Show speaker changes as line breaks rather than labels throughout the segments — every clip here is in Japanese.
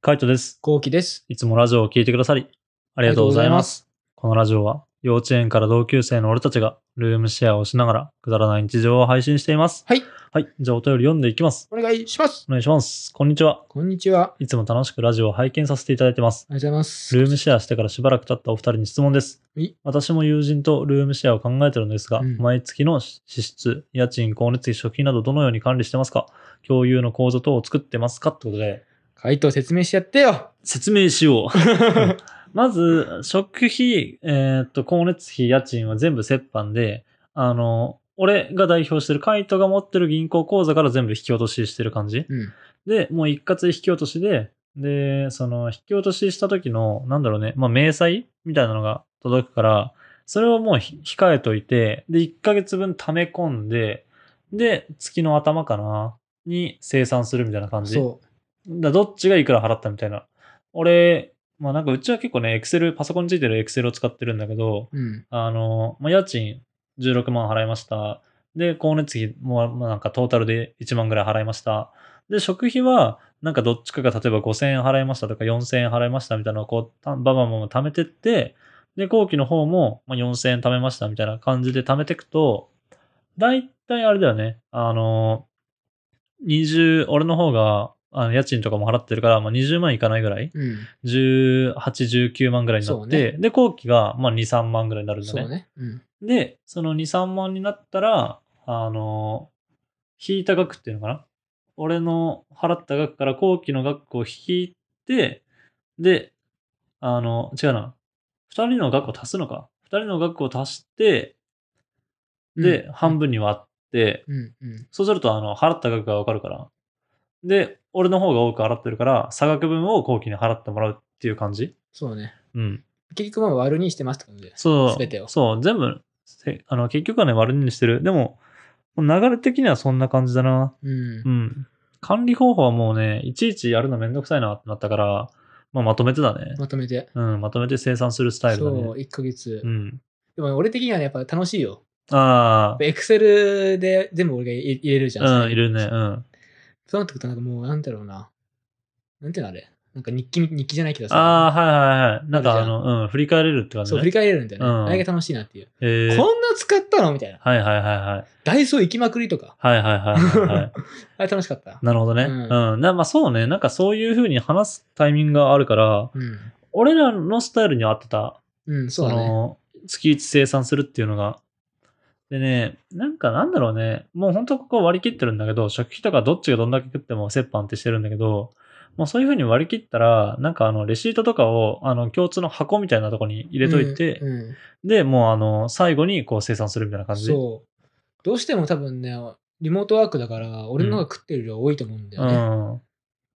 カイトです。
後期です。
いつもラジオを聞いてくださり、あ
あ
りがとうございます。
す。
このラジオは、幼稚園から同級生の俺たちが、ルームシェアをしながら、くだらない日常を配信しています。
はい。
はい。じゃあ、お便り読んでいきます。
お願いします。
お願いします。こんにちは。
こんにちは。あ
いつも楽しくラジオを拝見させていただいてます。
りがとうございます。
ルームシェアしてからしばらく経ったお二人に質問です
はい。
私も友人とルームシェアを考えてるのですが、
うん
毎月の支出、家賃、光熱費、食費などどのように管理してますか共有の構造等を作ってますかってことで、
回答説明しちゃってよ。
説明しよう。 まず、食費、えーっと、光熱費、家賃は全部折半で、あの、俺が代表してる、カイトが持ってる銀行口座から全部引き落とししてる感じ。
うん。
で、もう一括引き落としで、で、その、引き落としした時の、なんだろうね、まあ、明細みたいなのが届くから、それをもうひ控えといて、で、1ヶ月分溜め込んで、で、月の頭かな、に生産するみたいな感じ。
そ
だどっちがいくら払ったみたいな。俺、まあなんかうちは結構ね、エクセル、パソコンについてるエクセルを使ってるんだけど、
う。うん。
あの、まあ、家賃16万払いました。で、光熱費も、まあ、なんかトータルで1万ぐらい払いました。で、食費は、なんかどっちかが例えば5000円払いましたとか4000円払いましたみたいなのをこう、たババババ貯めてって、で、後期の方も、まあ、4000円貯めましたみたいな感じで貯めていくと、だいたいあれだよね、あの、20、俺の方が、あの家賃とかも払ってるから、まあ、20万いかないぐらい
うん。
18、19万ぐらいにな
そ
っ
う
て、
ね
で、後期が、まあ、2、3万ぐらいになるんだ
そうね。うん。
で、その2、3万になったら、あの、引いた額っていうのかな俺の払った額から後期の額を引いて、で、あの、違うな。2人の額を足すのか。2人の額を足して、で、
うん
半分に割って、
うん。うん。
そうすると、あの、払った額がわかるから。で、俺の方が多く払ってるから、差額分を後期に払ってもらうっていう感じ
そうね。
うん。
結局まあ割るにしてますってことで。
そう。
全てを
そう、全部、せあの結局はね、悪いにしてる。でも、流れ的にはそんな感じだな。
うん
う。ん。管理方法はもうね、いちいちやるのめんどくさいなってなったから、まあ、まとめてだね。
まとめて。
うん、まとめて生産するスタイルだね
そう、。1ヶ月
う。ん。
でも俺的にはね、やっぱ楽しいよ。
ああ、
エクセルで全部俺が入れるじゃん。
うん、いるね。うん。
そうなってくるとなんかもう、なんだろうな。なんていうのあれ。なんか日記、日記じゃないけど
あ
さ。
あ、はいはいはい。なんか
あ
あ
るじゃん
の、うん、振り返れるって感じ
そう、
ね。
振り返れるんだよ
うん
ね。あれが楽しいなっていう。
え
こん
ー
な使ったのみたいな。
はいはいはいはい。
ダイソー行きまくりとか。
はいはいはいはいはい。
あれ楽しかった。
なるほどね。
うん
うん。なまあそうね。なんかそういう風に話すタイミングがあるから、
うん。
俺らのスタイルに合ってた
うん、
そ
そ
う
だね。
の、月一生産するっていうのが。でね、なんかなんだろうね、もう本当ここ割り切ってるんだけど、食費とかどっちがどんだけ食っても折半ってしてるんだけど、もうそういう風に割り切ったら、なんかあの、レシートとかを、あの、共通の箱みたいなとこに入れといて、
うんうん
で、もうあの、最後にこう生産するみたいな感じ。
そう。どうしても多分ね、リモートワークだから、俺の方が食ってる量多いと思うんだよね。
うん。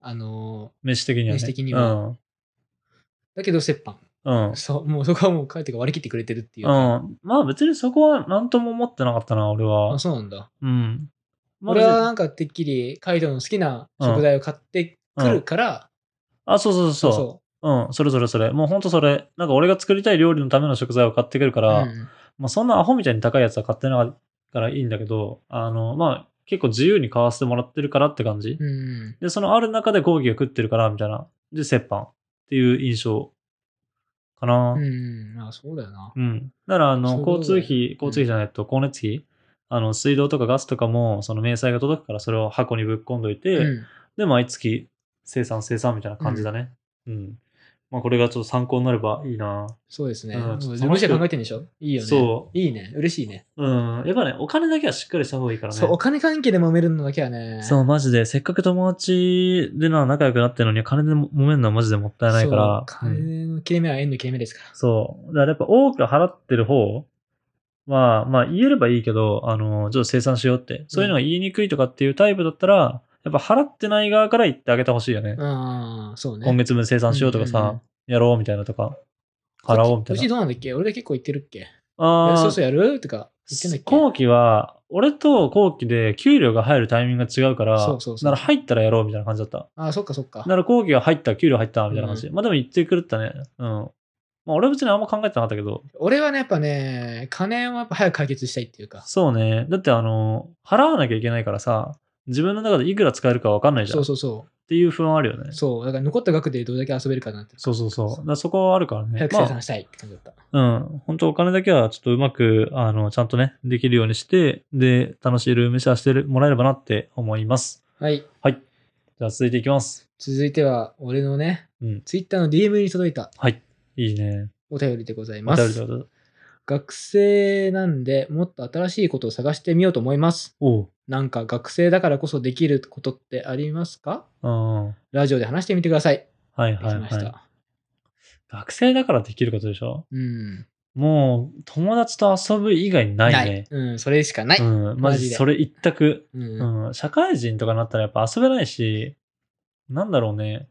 あの
飯的にはね。
飯的には
うん。
ー、だけど折半。
うん。
そう、もうそこはもう帰ってから割り切ってくれてるっていう
う
か。
ん、まあ別にそこは何とも思ってなかったな、俺は
あ、。そうなんだ。
うん。まあ
俺はなんかてっきり、カイドウの好きな食材を買ってくるから、
あ、そうそうそうそう。うん、それそれそれ。もうほんとそれ。なんか俺が作りたい料理のための食材を買ってくるか
う
ら、
うん
まあそんなアホみたいに高いやつは買ってないからいいんだけど、あの、まあ結構自由に買わせてもらってるからって感じ。
うん。
で、そのある中で講義が食ってるから、みたいな。で、折半っていう印象かな。
うん。うん。まあそうだよな。
うん。だから、あの、
そういうこと
交通
だよ
費、交通費じゃないと、光熱費、あの、水道とかガスとかも、その明細が届くから、それを箱にぶっ込んどいて、
うん。
で、毎月、生産生産みたいな感じだね。うん。まあ、これがちょっと参考になればいいな。
そうですね。
うん
もう
ちょっと
自分じゃ考えてるんでしょいいよね。。
そう
いいね。嬉しいね。
うん。やっぱね、お金だけはしっかりした方がいいからね。
そう、お金関係で揉めるのだけはね。
そう、マジで。せっかく友達でな、仲良くなってるのに、金でも揉めるのはマジでもったいないから。
そう
うん
金の切れ目は縁の切れ目ですから。
そう。だからやっぱ多く払ってる方は、まあ言えればいいけど、あの、ちょっと生産しようって、そういうのが言いにくいとかっていうタイプだったら、やっぱ払ってない側から言ってあげてほしいよね。
ああ、そうね。
今月分生産しようとかさ、
うんうんうん
やろうみたいなとか、払おうみた
う
い
ち
な。
どうなんだっけ俺が結構言ってるっけ
あ
え
あ、
そうそうやるとか言ってんだっけ
後期は、俺と後期で給料が入るタイミングが違うから、
そうそうそう
だから入ったらやろうみたいな感じだった。
ああ、そっかそっか
だ。から後期が入った、給料入った、みたいな感じ。まあでも言ってくれたね。うん。まあ俺は別にあんま考えてなかったけど、
俺はね、やっぱね、金をやっぱ早く解決したいっていうか。
そうね。だってあの、払わなきゃいけないからさ、自分の中でいくら使えるか分かんないじゃ
そ
ん
う
っ
そうそ
ていう不安あるよね
う。。そう。だから残った額でどれだけ遊べるかなって。
そうそうそう。だからそこはあるからね
早。く生産したいって感じだった。
まあ、うん。本当お金だけはちょっとうまく、あの、ちゃんとね、できるようにして、で、楽しいルームシェアしてるもらえればなって思います。
はい。
はい。じゃあ続いていきます。
続いては、俺のね、
うん。
ツイッターの DM に届いた
はい。いいね。
お便りでござい
ま
ま
たやる
す。
ぞ
学生なんで、もっと新しいことを探してみようと思います。
おう。
なんか学生だからこそできることってありますか
うん。はい
ラジオで話してみてください。
はい
できました。
はい。学生だからできることでしょ
うん。
もう、友達と遊ぶ以外ないね。
うん、それしかない。
うん。マ
マジ
ジ、
で
それ一択。
うん。
うん、社会人とかなったらやっぱ遊べないし、なんだろうね。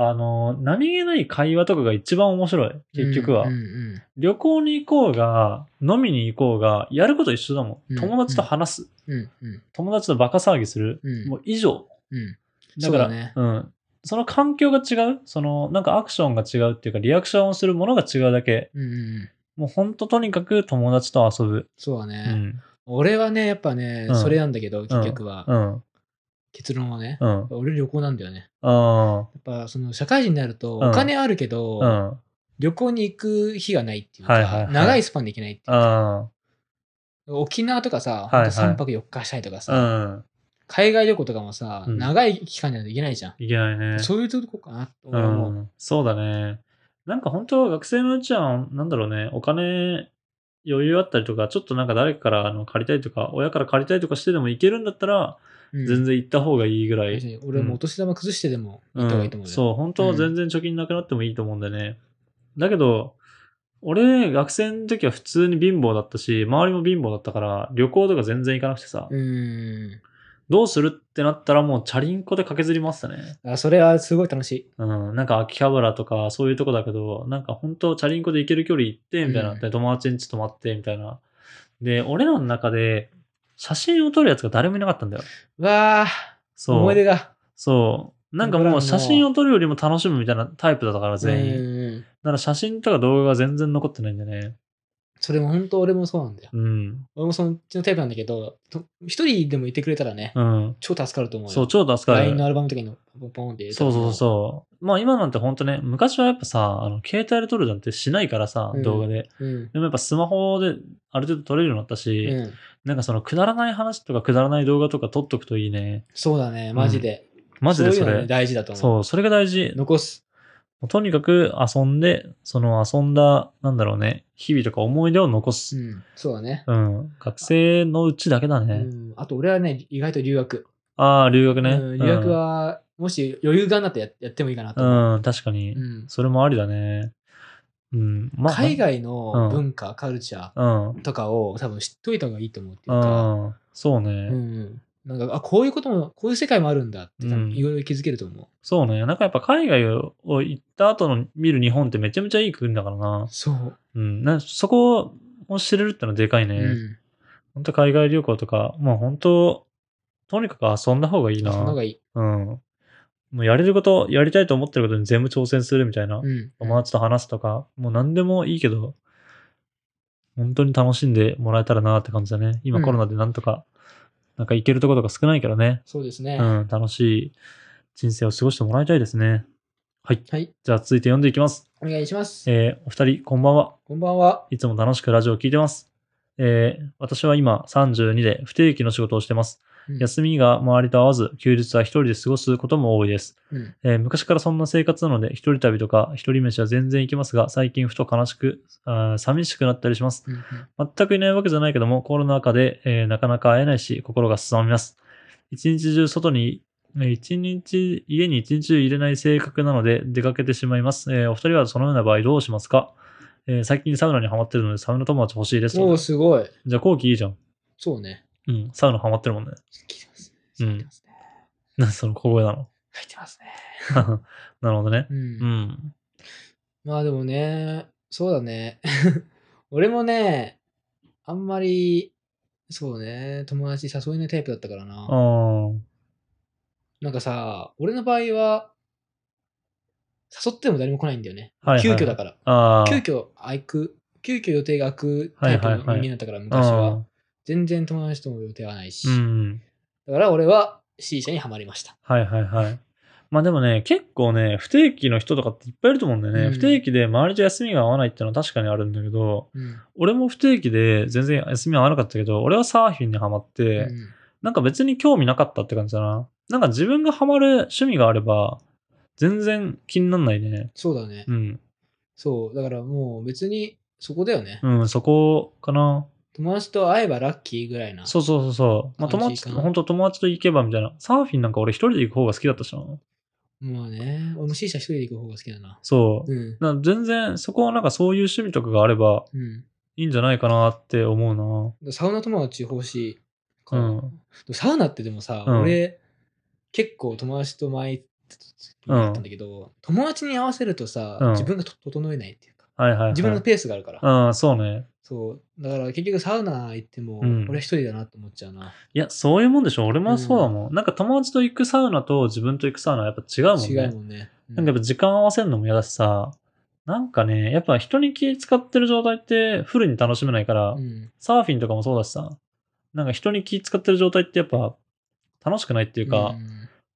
あの、何気ない会話とかが一番面白い。結局は。
うんうん
旅行に行こうが、飲みに行こうが、やること一緒だも。
うんん
友達と話す。
うんうん
友達とバカ騒ぎする。
うん
もう以上。
うん
だから
そうだね
ん。その環境が違う。その、なんかアクションが違うっていうか、リアクションをするものが違うだけ。
うんうん
もうほんととにかく友達と遊ぶ。
そうだ
う
ね。
ん。
俺はね、やっぱね、
うん
それなんだけど、結局は。
うん。
結論はね、
うん。
俺旅行なんだよね。
あ
やっぱその社会人になると、
うん
お金あるけど、
あ。うん。
旅行に行く日がないっていうか、
はいはいはい
長いスパンで行けないっていうか、
あ
沖縄とかさ、
はいはい
3泊4日したりとか
あ。
さ、
うん。
海外旅行とかもさ、
うん
長い期間じゃないといけないじゃん。
いけないね。
そういうとこかなと
う
思う。
ん、そうだね。なんか本当は学生のうちは、なんだろうね、お金余裕あったりとか、ちょっとなんか誰かからあの借りたいとか、親から借りたいとかしてでも行けるんだったら、
うん
全然行った方がいいぐらい。
別に俺もお年玉崩してでも行った方がいいと思うよ。
そう、本当は全然貯金なくなってもいいと思うんだよね。だけど、俺、学生の時は普通に貧乏だったし、周りも貧乏だったから、旅行とか全然行かなくてさ、
うん。
どうするってなったらもうチャリンコで駆けずり回ってたね。
あそれはすごい楽しい。
うん、なんか秋葉原とかそういうとこだけど、なんか本当チャリンコで行ける距離行って、みたいな。
うん
で、友達ん家泊まって、みたいな。で、俺らの中で、写真を撮るやつが誰もいなかったんだよ。
わあ、
そう。
思い出が。
そう。なんか
僕ら
も
も
う写真を撮るよりも楽しむみたいなタイプだったから、全員。だ
うん
から写真とか動画が全然残ってないんだよね。
それも本当俺もそうなんだよ。
うん。
俺もそっちのタイプなんだけど、と一人でもいてくれたらね、
うん。
超助かると思うよ。
そう、超助か
LINE の
る。
アルバムとかにポンポンって入れた
そ
ら
うそうそう。まあ今なんて本当ね、昔はやっぱさ、あの、携帯で撮るなんてしないからさ、
うん
動画で。
う。うん。
でもやっぱスマホである程度撮れるようになったし、
うん、
なんかそのくだらない話とかくだらない動画とか撮っとくといいね。
そうだね、マジで。
マジでそ
そういうの
れ。
ね大事だと思う。
そう、それが大事。
残す。
とにかく遊んで、その遊んだ、なんだろうね、日々とか思い出を残
う
す。
ん、そうだね。
うん。学生のうちだけだ
う
ね。
ん、あと俺はね、意外と留学。
ああ、留学ね。
うん、留学は、もし余裕があんだったらややってもいいかなと
う
思う。
ん、うん、確かに
う。ん
それもありだね。うん。まあ、外
海外の文化、カルチャ
うん。
ーとかを多分知っといた方がいいと思うっていうか、
うん。そうね。
うん、なんかあこういうこともこういう世界もあるんだって多
うん
分いろいろ気づけると思う、
そうね。なんかやっぱ海外を行った後の見る日本ってめちゃめちゃいい国だからな。
そう、
うん。なそこを知れるってのはでかいね。
うん
本当海外旅行とか、まあ本当、とにかく遊んだ方がいいな。
その方がいい、
うん。もうやれること、やりたいと思ってることに全部挑戦するみたいな。
うん、
友達と話すとか、もう何でもいいけど、本当に楽しんでもらえたらなって感じだね。今
うん
コロナでなんとか、なんか行けるとことか少ないからね。
そうですね、
うん、楽しい人生を過ごしてもらいたいですね。はい。
はい
じゃあ続いて読んでいきます。
お願いします
えーお二人、こんばんは。
こんばんはい
つも楽しくラジオを聞いてます。えー私は今32で不定期の仕事をしてます。
うん
休みが周りと合わず、休日は一人で過ごすことも多いです。
うん
えー昔からそんな生活なので、一人旅とか一人飯は全然行きますが、最近ふと悲しく、あー寂しくなったりします。
うん
全くいないわけじゃないけども、コロナ禍で、えーなかなか会えないし、心がすさみます。一日中外に、えー一日、家に一日中入れない性格なので出かけてしまいます。えーお二人はそのような場合どうしますか、えー最近サウナにハマってるのでサウナ友達欲しいです。
おおすごい
じゃあ後期いいじゃん。
そうね
うん、サウナハマってるもんね。
聞いてますね
うん
聞いてますね
なんでその小声なの
入ってますね
なるほどね。
うん
うん。
まあでもね、そうだね。 俺もね、あんまり、そうね、友達誘えないタイプだったから
あ
な。
あ。
なんかさ、俺の場合は、誘っても誰も来ないんだよね。
はいはい
急遽だから。
ああ。
急遽開く、急遽予定が開くタイプ
はいはい
の人
はい
間だったから、昔
あ
は。
あ
全然友達とも予定はないし。
うん。
だから俺は、 C 社にはまりました。
はいはいはい。まあでもね、結構ね、不定期の人とかっていっぱいいると思うんだよね。
うん
不定期で周りと休みが合わないっていうのは確かにあるんだけど、
うん。
俺も不定期で全然休み合わなかったけど、俺はサーフィンにハマって、
うん
なんか別に興味なかったって感じだな。なんか自分がハマる趣味があれば、全然気になんないね。
そうだね
う。ん。
そう。だからもう別にそこだよね。
うん、そこかな。
友達と会えばラッキーぐらいな。
そうそうそうそう。まあ、友
感じ
達
か
と、
な
本当友達と行けばみたいな。サーフィンなんか俺一人で行く方が好きだったしな。
まあね。俺も C 社一人で行く方が好きだな。
そう。
うん。
な全然、そこはなんかそういう趣味とかがあれば
うん。
いいんじゃないかなって思うな。
サウナ友達欲しいか
う
ら、
ん
でもサウナってでもさ、
うん
俺結構友達と前だったんだけど、友達に合わせるとさ、
うん
自分がと整えないっていうか
はいはい、はい。
自分のペースがあるから、
うん、そうね。
そうだから結局サウナ行っても、
うん
俺は一人だなと思っちゃうない
や、そういうもんでしょ。俺もそうだもん。なんか友達と行くサウナと自分と行くサウナはやっぱ違うもんね。
違うもんね、う
なんかやっぱ時間合わせるのも嫌だしさ、なんかね、やっぱ人に気使ってる状態ってフルに楽しめないから、
うん
サーフィンとかもそうだしさ、なんか人に気使ってる状態ってやっぱ楽しくないっていうか、
うん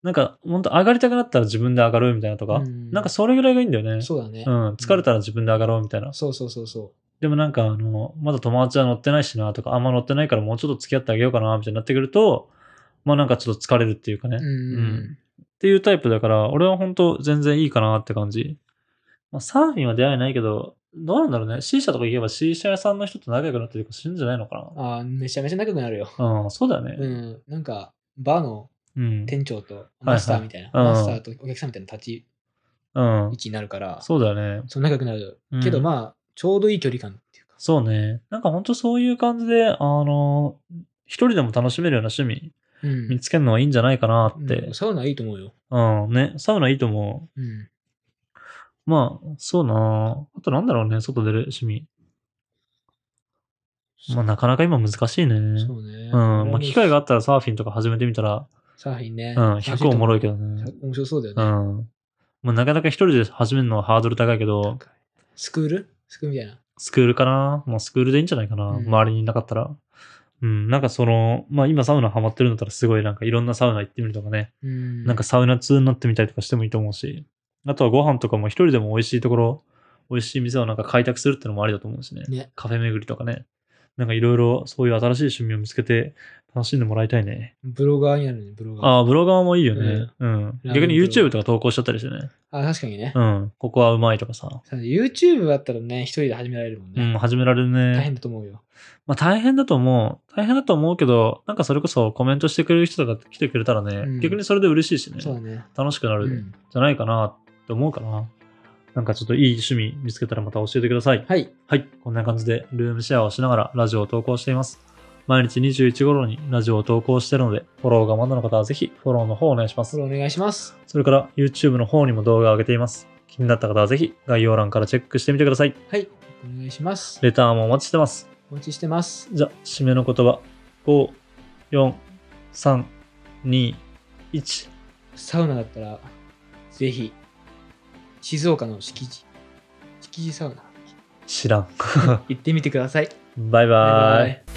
なんかほんと上がりたくなったら自分で上がるみたいなとか、
うん
なんかそれぐらいがいいんだよね。
そうだね、
うん、疲れたら自分で上がろうみたいな。
そうそうそうそ
でもなんかあの、まだ友達は乗ってないしなとか、あんま乗ってないからもうちょっと付き合ってあげようかなみたいになってくると、まあなんかちょっと疲れるっていうかね。
う、うん
うんっていうタイプだから、俺は本当全然いいかなって感じ。まあ、サーフィンは出会えないけど、どうなんだろうね。C 社とか行けば C 社屋さんの人と仲良くなってるか知るんじゃないのか
あーめちゃめちゃ仲良くなるよ、
な。うん、そうだよ
う
ね。
ん、なんかバーの
うん。
店長とマスターみたいな、
はいはいうん
マスターとお客さんみたいな立ち
うん
位。置になるから、
そうだよね。
そう長くなる
うん
けど、まあちょうどいい距離感っていうか
そうね。なんか本当そういう感じで、あの、一人でも楽しめるような趣味
うん
見つけるのはいいんじゃないかなって。
うんサウナいいと思うよ、
うん、ね。サウナいいと思
うん、
う。まあ、そうなあとなんだろうね。外出る趣味。まあ、なかなか今難しいね。
そうね、
うん。まあ、機会があ
あ
ったらサーフィンとか始めてみたら、
サーフィンね、
うん、100おもろいけど
まあ
ね。
面白そうだよ
う
ね、
ん。まあ、なかなか一人で始めるのはハードル高いけど、
スクールスクールみたいな
スクールかなもうスクールでいいんじゃないかな、
うん
周りにいなかったら。うん、なんかその、まあ今サウナハマってるんだったらすごいなんかいろんなサウナ行ってみるとかね、
うん
なんかサウナ通になってみたりとかしてもいいと思うし、あとはご飯とかも一人でも美味しいところ、美味しい店をなんか開拓するってのもありだと思うしね。
ね
カフェ巡りとかね。なんかいろいろそういう新しい趣味を見つけて楽しんでもらいたいね。
ブロガーになるねブロガー
ああ、ブロガーもいいよね。うん。
ラーメン
逆に
ブロ
YouTube
ガー
とか投稿しちゃったりしてね。
あ確かにね、
うん。ここはうまいとかさ。
さ YouTube だったらね一人で始められるもん
う
ね、
ん、始められるね。
大変だと思うよ
まあ大変だと思う。大変だと思うけど、なんかそれこそコメントしてくれる人とか来てくれたらね、
うん
逆にそれで嬉しいしね。
そうだね、
楽しくな
う
るん
ん
じゃないかなって思うかな。なんかちょっといい趣味見つけたらまた教えてください。
はい
はい。こんな感じでルームシェアをしながらラジオを投稿しています。毎日21頃にラジオを投稿してるので、フォローがまだの方はぜひフォローの方お願いします
そ。れお願いします
それから YouTube の方にも動画を上げています。気になった方はぜひ概要欄からチェックしてみてください。
はいお願いします
レターもお待ちしてます。
お待ちしてます
じゃあ、締めの言葉。5、4、3、2、1。
サウナだったら、ぜひ、静岡の敷地、敷地サウナ、
知らん。
行ってみてください。
バイバイ。
イ。